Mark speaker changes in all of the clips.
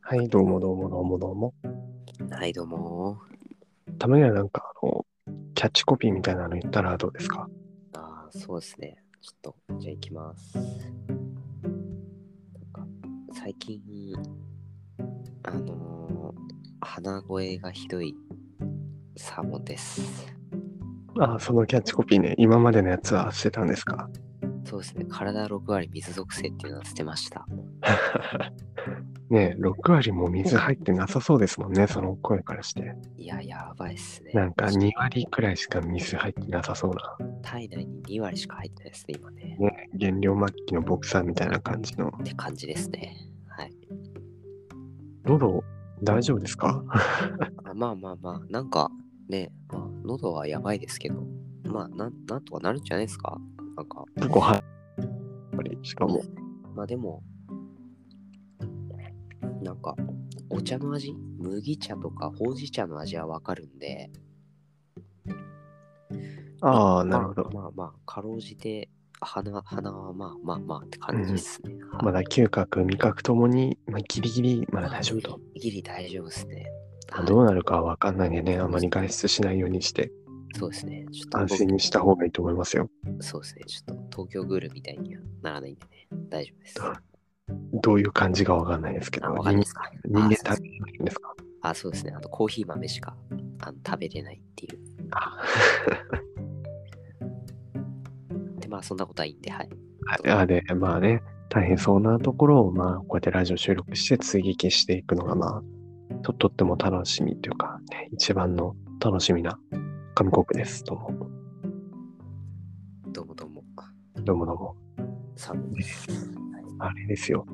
Speaker 1: はい、どうもどうもどうもどうも。
Speaker 2: はい、どうも
Speaker 1: たまにはなんか、あの、キャッチコピーみたいなの言ったらどうですか
Speaker 2: ー。ああ、そうですね。ちょっと、じゃあ行きます。なんか、最近、あのー、鼻声がひどいサーモンです。
Speaker 1: あ、そのキャッチコピーね、今までのやつは捨てたんですか
Speaker 2: そうですね。体6割水属性っていうのは捨てました。
Speaker 1: ねえ、6割も水入ってなさそうですもんね、その声からして。
Speaker 2: いや、やばいっすね。
Speaker 1: なんか2割くらいしか水入ってなさそうな、
Speaker 2: 体内に2割しか入ってないですね、今ね。
Speaker 1: ね、減量末期のボクサーみたいな感じの。
Speaker 2: って感じですね。はい。
Speaker 1: 喉、大丈夫ですか
Speaker 2: あまあまあまあ、なんかね、まあ、喉はやばいですけど、まあなん、なんとかなるんじゃないですかなんか、
Speaker 1: 結構は、やっぱり、しかも、
Speaker 2: まあでも、なんか、お茶の味麦茶とかほうじ茶の味はわかるんで、
Speaker 1: ああ、なるほど。
Speaker 2: まあまあまあ、かろうじて、鼻鼻はまあまあまあって感じですね。はい
Speaker 1: まだ嗅覚、味覚ともに、まあ、ギリギリ、まだ大丈夫と。。
Speaker 2: ギリ大丈夫ですね。
Speaker 1: まあ
Speaker 2: はい
Speaker 1: どうなるかは分かんないんでね、あまり外出しないようにして、
Speaker 2: そうですね。ちょっと
Speaker 1: 安心にした方がいいと思いますよ。
Speaker 2: そうですね。ちょっと東京グールみたいにはならないんでね。大丈夫です。
Speaker 1: どういう感じが分かんないですけど、
Speaker 2: あ、わかんないで
Speaker 1: 人
Speaker 2: すか
Speaker 1: 人間
Speaker 2: あ
Speaker 1: 食べないんですか
Speaker 2: あ、そうですね。あとコーヒー豆しかあの食べれないっていう。
Speaker 1: あ
Speaker 2: で、まあそんなことはいいんで、はい。
Speaker 1: はいあで、まあね、大変そうなところを、まあ、こうやってラジオ収録して追撃していくのが、まあ、ととっても楽しみというか、ね、一番の楽しみな紙コップです。どうも、
Speaker 2: どうもどうも。
Speaker 1: どうもどうも。
Speaker 2: サムです。
Speaker 1: あれですよ。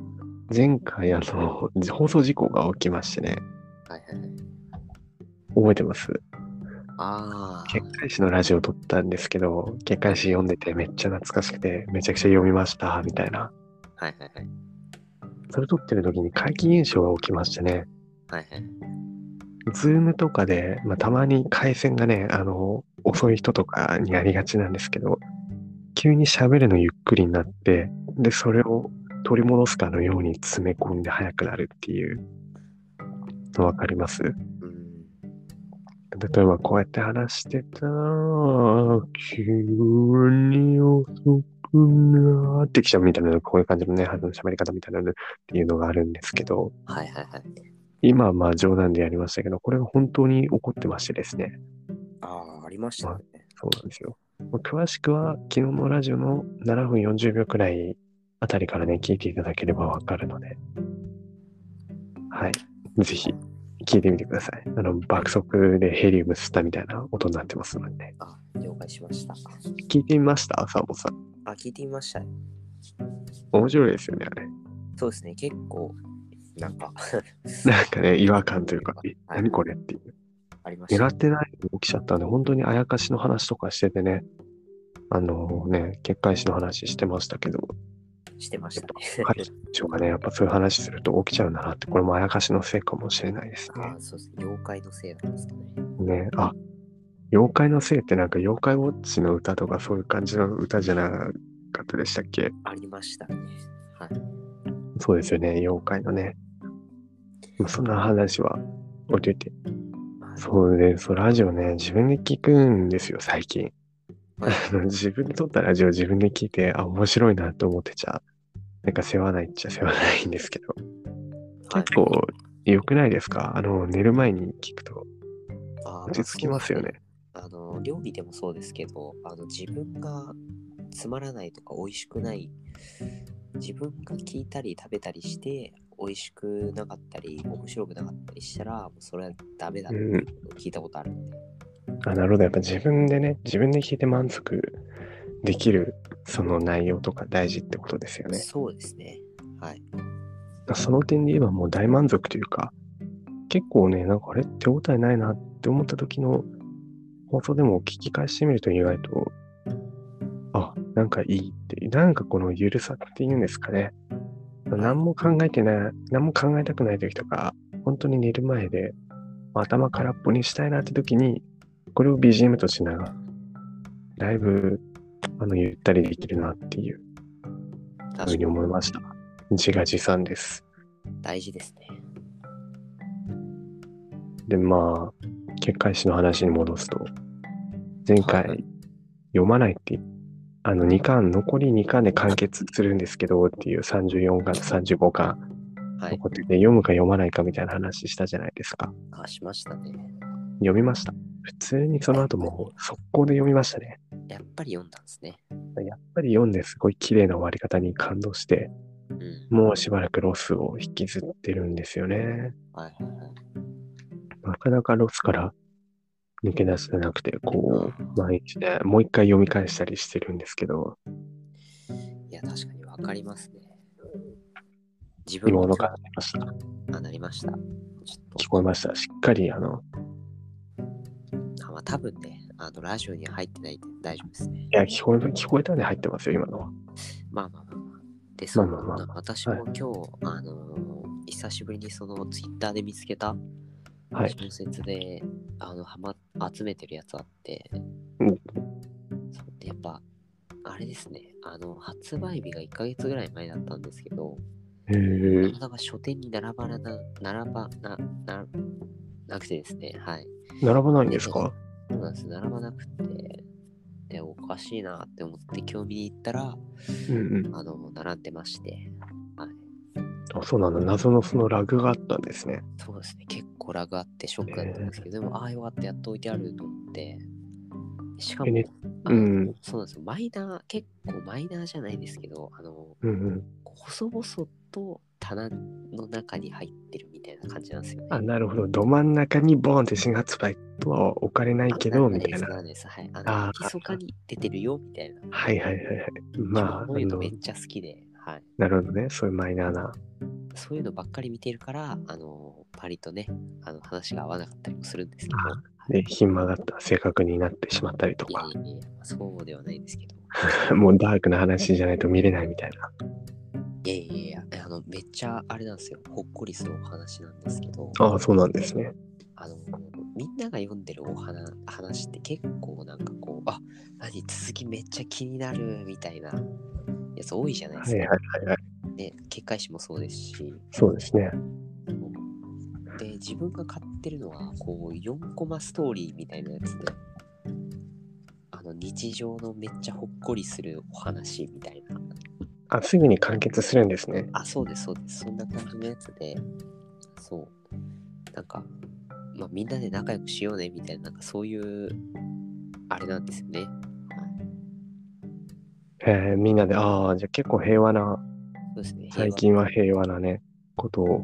Speaker 1: 前回、あの、放送事故が起きましてね、
Speaker 2: はいはいはい。
Speaker 1: 覚えてます
Speaker 2: ああ、
Speaker 1: 結界誌のラジオ撮ったんですけど、結界誌読んでてめっちゃ懐かしくて、めちゃくちゃ読みました、みたいな。
Speaker 2: はいはいはい。
Speaker 1: それ撮ってる時に怪奇現象が起きましてね、
Speaker 2: はいはい。
Speaker 1: ズームとかで、まあ、たまに回線がね、あの、遅い人とかにありがちなんですけど、急に喋るのゆっくりになって、で、それを取り戻すかのように詰め込んで早くなるっていうのわかります
Speaker 2: うーん。
Speaker 1: 例えばこうやって話してたら、急に遅くなってきちゃうみたいな、こういう感じのね、あの喋り方みたいなのっていうのがあるんですけど、
Speaker 2: はいはいはい。
Speaker 1: 今はまあ冗談でやりましたけど、これが本当に起こってましてですね、
Speaker 2: ああ、ありましたね。
Speaker 1: そうなんですよ。まあ詳しくは昨日のラジオの7分40秒くらいあたりからね、聞いていただければわかるので、はい、ぜひ聞いてみてください。あの、爆速でヘリウム吸ったみたいな音になってますので、ね。
Speaker 2: あ、了解しました。
Speaker 1: 聞いてみましたサーモンさん。
Speaker 2: あ、聞いてみました。
Speaker 1: 面白いですよね、あれ。
Speaker 2: そうですね。結構、なんか
Speaker 1: なんかね、違和感というか、え
Speaker 2: はい
Speaker 1: 何これっていう。
Speaker 2: ありました
Speaker 1: 狙。ってないの起きちゃったんで、本当にあやかしの話とかしててね、あのね、結界誌の話してましたけど、
Speaker 2: してましたね。
Speaker 1: 怪奇現象がね、やっぱそういう話すると起きちゃうんだなって、これもあやかしのせいかもしれないです
Speaker 2: ああ、そうですね。妖怪のせいなんですかね。
Speaker 1: ね。ね、あ、妖怪のせいってなんか妖怪ウォッチの歌とかそういう感じの歌じゃなかったでしたっけ
Speaker 2: ありましたね。はい。
Speaker 1: そうですよね、妖怪のね。まあそんな話は置いといて。
Speaker 2: まあ
Speaker 1: そうで、そう、ラジオね、自分で聞くんですよ、最近。
Speaker 2: はい
Speaker 1: あの 自分で撮ったラジオ自分で聞いて、あ、面白いなと思ってちゃ、なんか世話ないっちゃ世話ないんですけど、
Speaker 2: はい
Speaker 1: 結構良くないですかあの、寝る前に聞くと
Speaker 2: あー
Speaker 1: 落ち着きますよね。。
Speaker 2: あの料理でもそうですけどあの自分がつまらないとか美味しくない自分が聞いたり食べたりして美味しくなかったり面白くなかったりしたらもうそれはダメだっていうのを聞いたことあるんで、
Speaker 1: あなるほど、やっぱ自分でね、自分で聞いて満足できる、その内容とか大事ってことですよね。
Speaker 2: そうですねはい
Speaker 1: その点で言えばもう大満足というか、結構ね、なんかあれ手応えないなって思った時の放送でも聞き返してみると意外と、あ、なんかいいって、なんかこのゆるさっていうんですかね。何も考えてない、何も考えたくない時とか、本当に寝る前で頭空っぽにしたいなって時に、これを BGM としながら、だいぶ、あの、ゆったりできるなっていうふ
Speaker 2: 確か
Speaker 1: うに
Speaker 2: に
Speaker 1: 思いました。自画自賛です。
Speaker 2: 大事ですね
Speaker 1: で、まあ、結界誌の話に戻すと、前回、
Speaker 2: はい
Speaker 1: 読まないって、あの、2巻、残り2巻で完結するんですけどっていう34巻と35巻、
Speaker 2: はい。
Speaker 1: 残ってて、読むか読まないかみたいな話したじゃないですか。
Speaker 2: あ、しましたね。
Speaker 1: 読みました。普通にその後もう速攻で読みましたね。
Speaker 2: やっぱり読んだんですね。
Speaker 1: やっぱり読んですごい綺麗な終わり方に感動して、
Speaker 2: うん。
Speaker 1: もうしばらくロスを引きずってるんですよね。
Speaker 2: はいはいはい。
Speaker 1: なかなかロスから抜け出せなくて、こう、毎日ね、もう一回読み返したりしてるんですけど、
Speaker 2: いや、確かにわかりますね。自分
Speaker 1: 今
Speaker 2: も
Speaker 1: の感じました。
Speaker 2: あなりました。ち
Speaker 1: 聞
Speaker 2: ょ
Speaker 1: こえました。しっかり、あの、
Speaker 2: っと、あまあ、多分ね、あの、ラジオには入ってないんで大丈夫ですね
Speaker 1: い。や、聞こえ、聞こえたんで入ってますよ、今のは。
Speaker 2: まあまあまあまあ。で、その、
Speaker 1: まあまあま
Speaker 2: 私も今日、あのー久しぶりにそのツイッターで見つけた
Speaker 1: はい。
Speaker 2: 小説で、あのはま集めてるやつあって、
Speaker 1: うん
Speaker 2: そうでやっぱあれですねあの発売日が1ヶ月ぐらい前だったんですけど、
Speaker 1: へえ
Speaker 2: なかなか書店に並ばらな並ばなななくてですねはい
Speaker 1: 並ばないんですか
Speaker 2: そうなんです並ばなくてでおかしいなって思って興味に行ったら
Speaker 1: うんうん。
Speaker 2: あの並んでましてはい
Speaker 1: あ、そうなんだ。謎のそのラグがあったんですね。
Speaker 2: そうですね、結構ラグあってショックだったんですけど、でも、ああ、よかった、やっと置いてあると思って、しか
Speaker 1: え
Speaker 2: も
Speaker 1: ね、
Speaker 2: あ
Speaker 1: う
Speaker 2: の
Speaker 1: ん
Speaker 2: そうなんですよ、マイナー、結構マイナーじゃないですけど、あの、
Speaker 1: うんうん。
Speaker 2: 細々と棚の中に入ってるみたいな感じなんですよね。
Speaker 1: あ、なるほど。ど真ん中にボーンって新発売とは置かれないけど、
Speaker 2: あ
Speaker 1: みたい
Speaker 2: です
Speaker 1: な。
Speaker 2: なんです、はい。あ
Speaker 1: あ
Speaker 2: の
Speaker 1: ー、
Speaker 2: 密かに出てるよ、みたいな。
Speaker 1: はいはいはいはい。まあ、あ
Speaker 2: そういうの
Speaker 1: の
Speaker 2: めっちゃ好きで、はい。
Speaker 1: なるほどね。そういうマイナーな。
Speaker 2: そういうのばっかり見てるから、あの、パリとね、あの話が合わなかったりもするんですけど、
Speaker 1: あで、ひん曲がった性格になってしまったりと
Speaker 2: いや
Speaker 1: か、
Speaker 2: いやいや、そうではないですけど。
Speaker 1: もうダークな話じゃないと見れないみたいな。
Speaker 2: いやいやいや、あの、めっちゃあれなんですよ。ほっこりするお話なんですけど、
Speaker 1: ああ、そうなんですね。
Speaker 2: あの、みんなが読んでるお花話って結構なんかこう、あ、何、続きめっちゃ気になるみたいなやつ多いじゃな
Speaker 1: は
Speaker 2: いで
Speaker 1: い
Speaker 2: す
Speaker 1: はい
Speaker 2: か。
Speaker 1: はいはい。
Speaker 2: ね、結界誌もそうですし、
Speaker 1: そうですね。
Speaker 2: で、自分が買ってるのは、こう、4コマストーリーみたいなやつで、あの、日常のめっちゃほっこりするお話みたいな。
Speaker 1: あ、すぐに完結するんですね。
Speaker 2: あ、そうです、そうです。そんな感じのやつで、そう。なんか、まあ、みんなで仲良くしようね、みたいな、なんかそういう、あれなんですよね。
Speaker 1: えーみんなで、ああ、じゃあ結構平和な
Speaker 2: そうですね。平和
Speaker 1: 最近は平和なね、ことを。
Speaker 2: は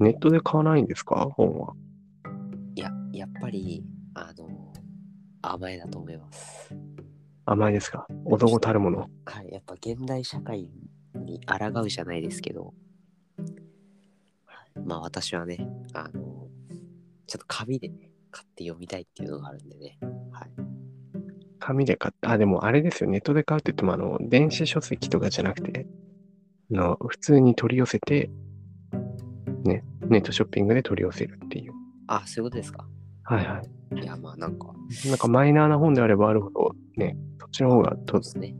Speaker 1: ネットで買わないんですか本は。
Speaker 2: い。いや、やっぱり、あの、甘えだと思います。
Speaker 1: 甘いですか男たるもの。
Speaker 2: はい。やっぱ現代社会に抗うじゃないですけど、はいまあ私はね、あの、ちょっと紙でね、買って読みたいっていうのがあるんでね。はい。
Speaker 1: 紙で買って、あ、でもあれですよ。ネットで買うって言っても、あの、電子書籍とかじゃなくて、あの普通に取り寄せて、ね、ネットショッピングで取り寄せるっていう。
Speaker 2: あ、そういうことですか。
Speaker 1: はいはい
Speaker 2: や、まあなんか、
Speaker 1: い。なんかマイナーな本であればあるほど、ね、そっちの方が
Speaker 2: そう
Speaker 1: と
Speaker 2: ですね。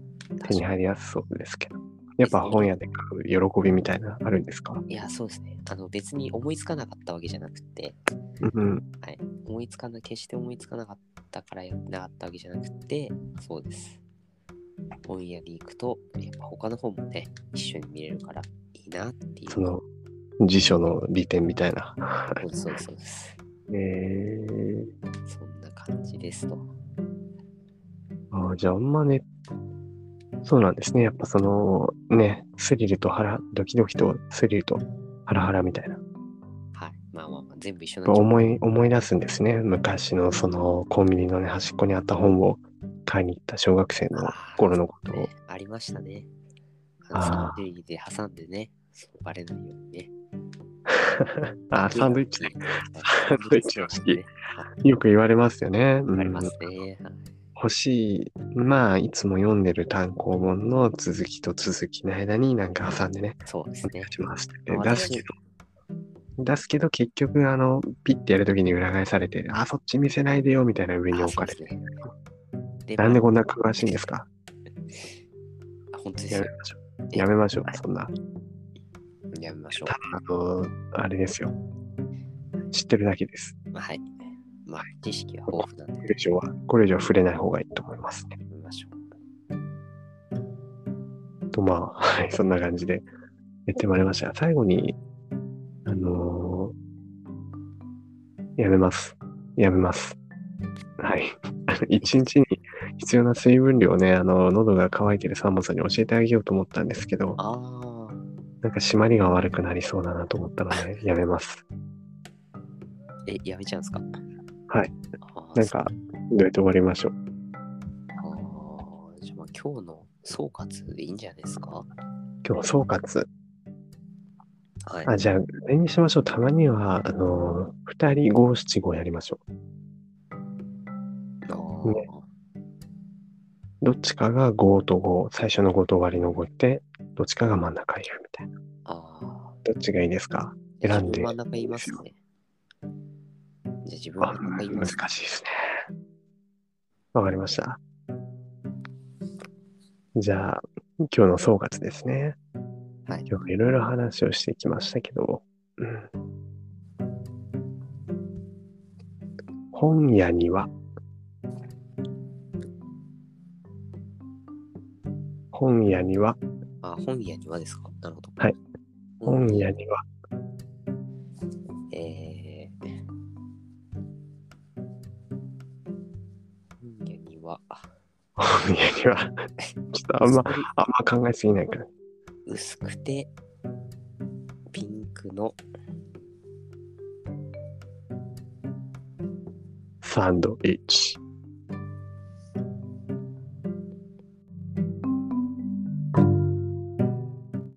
Speaker 1: 手に入りやすそうですけど。やっぱ本屋で買う喜びみたいな、あるんですか
Speaker 2: いや、そうですね。あの、別に思いつかなかったわけじゃなくて、
Speaker 1: うん。
Speaker 2: はい。思いつかな、決して思いつかなかったからやってなかったわけじゃなくて、そうです。本屋に行くと、やっぱ他の本もね、一緒に見れるからいいなっていう。
Speaker 1: その、辞書の利点みたいな。
Speaker 2: そうです、そうです、そうです。
Speaker 1: えー、
Speaker 2: そんな感じですと。
Speaker 1: ああ、じゃあ、あんまね、そうなんですね。やっぱその、ね、スリルとハラ、ドキドキとスリルとハラハラみたいな。やっ
Speaker 2: はい。まあまあまあ、全部一緒な
Speaker 1: ぱ
Speaker 2: ん
Speaker 1: 思い、思い出すんですね。昔のその、コンビニのね、端っこにあった本を買いに行った小学生の頃のことを
Speaker 2: ね。。ありましたね。
Speaker 1: あー
Speaker 2: あの、サンドイッチで挟んでね、そうバレないようにね。
Speaker 1: あ、サンドイッチね。
Speaker 2: サ
Speaker 1: ンドイッチの 好き
Speaker 2: ね。
Speaker 1: よく言われますよね。うん
Speaker 2: ありますね。はい
Speaker 1: 欲しい、まあ、いつも読んでる単行本の続きと続きの間になんか挟んでね、
Speaker 2: そうです
Speaker 1: お
Speaker 2: ね
Speaker 1: 願い。しますって
Speaker 2: まあ
Speaker 1: 出すけ
Speaker 2: 私
Speaker 1: ど。出すけど結局あのピッてやるときに裏返されてあそっち見せないでよみたいな上に
Speaker 2: あ
Speaker 1: 置
Speaker 2: そ
Speaker 1: か
Speaker 2: う
Speaker 1: れ
Speaker 2: で
Speaker 1: て、
Speaker 2: すねで
Speaker 1: なんで
Speaker 2: ま
Speaker 1: こんな詳しいんですか
Speaker 2: あ本当です
Speaker 1: や
Speaker 2: よ
Speaker 1: めましょうやめましょうそんな
Speaker 2: やめましょ
Speaker 1: ただ、あの、あれですよ。知ってるだけです。
Speaker 2: う。はい。まあ、知識は豊富なんで、
Speaker 1: これ以上は、これ以上は触れない方がいいと思いますね。
Speaker 2: やめましょう。
Speaker 1: と、まあ、はい、そんな感じでやってまいりましたが、最後に、あのーやめます。やめます。はい。あの一日に必要な水分量をね、あの、喉が渇いてるサーモンさんに教えてあげようと思ったんですけど、
Speaker 2: ああ、
Speaker 1: なんか締まりが悪くなりそうだなと思ったので、やめます。
Speaker 2: え、やめちゃうんですか
Speaker 1: はい。
Speaker 2: あー
Speaker 1: なんか、どうやって終わりましょう。
Speaker 2: あーじゃあまあ今日の総括でいいんじゃないですか
Speaker 1: 今日、総括。
Speaker 2: はい。
Speaker 1: あ、じゃあ、これにしましょう。たまには、あのー、二人五七五やりましょう。
Speaker 2: あー
Speaker 1: ねどっちかが5と5、最初の5と終わりの5って、どっちかが真ん中いるみたいな。
Speaker 2: あ
Speaker 1: どっちがいいですか
Speaker 2: ー。
Speaker 1: 選んで
Speaker 2: 自分真ん中言いますね。じゃあ自分
Speaker 1: あ
Speaker 2: 真ん中言い
Speaker 1: 難
Speaker 2: ま
Speaker 1: し
Speaker 2: す
Speaker 1: い。ですね。わかりました。じゃあ、今日の総括ですね。
Speaker 2: はい。
Speaker 1: 今日はいろいろ話をしてきましたけど、うん、本屋には本屋には
Speaker 2: あ、本屋にはですかなるほど。
Speaker 1: はい。本屋には
Speaker 2: えー、本屋には、
Speaker 1: 本屋にはちょっとあんまあんま考えすぎないから
Speaker 2: 薄くてピンクの
Speaker 1: サンドイッチ